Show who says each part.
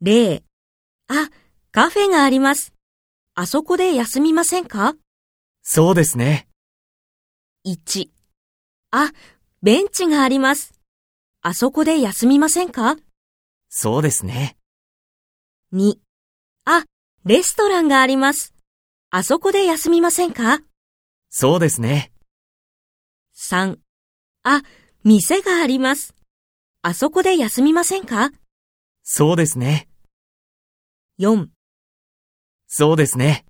Speaker 1: 例。あ、カフェがあります。あそこで休みませんか
Speaker 2: そうですね。
Speaker 1: ?1。あ、ベンチがあります。あそこで休みませんか
Speaker 2: そうですね。
Speaker 1: ?2。あ、レストランがあります。あそこで休みませんか
Speaker 2: そうですね。
Speaker 1: ?3。あ、店があります。あそこで休みませんか
Speaker 2: そうですね。
Speaker 1: ?4。
Speaker 2: そうですね。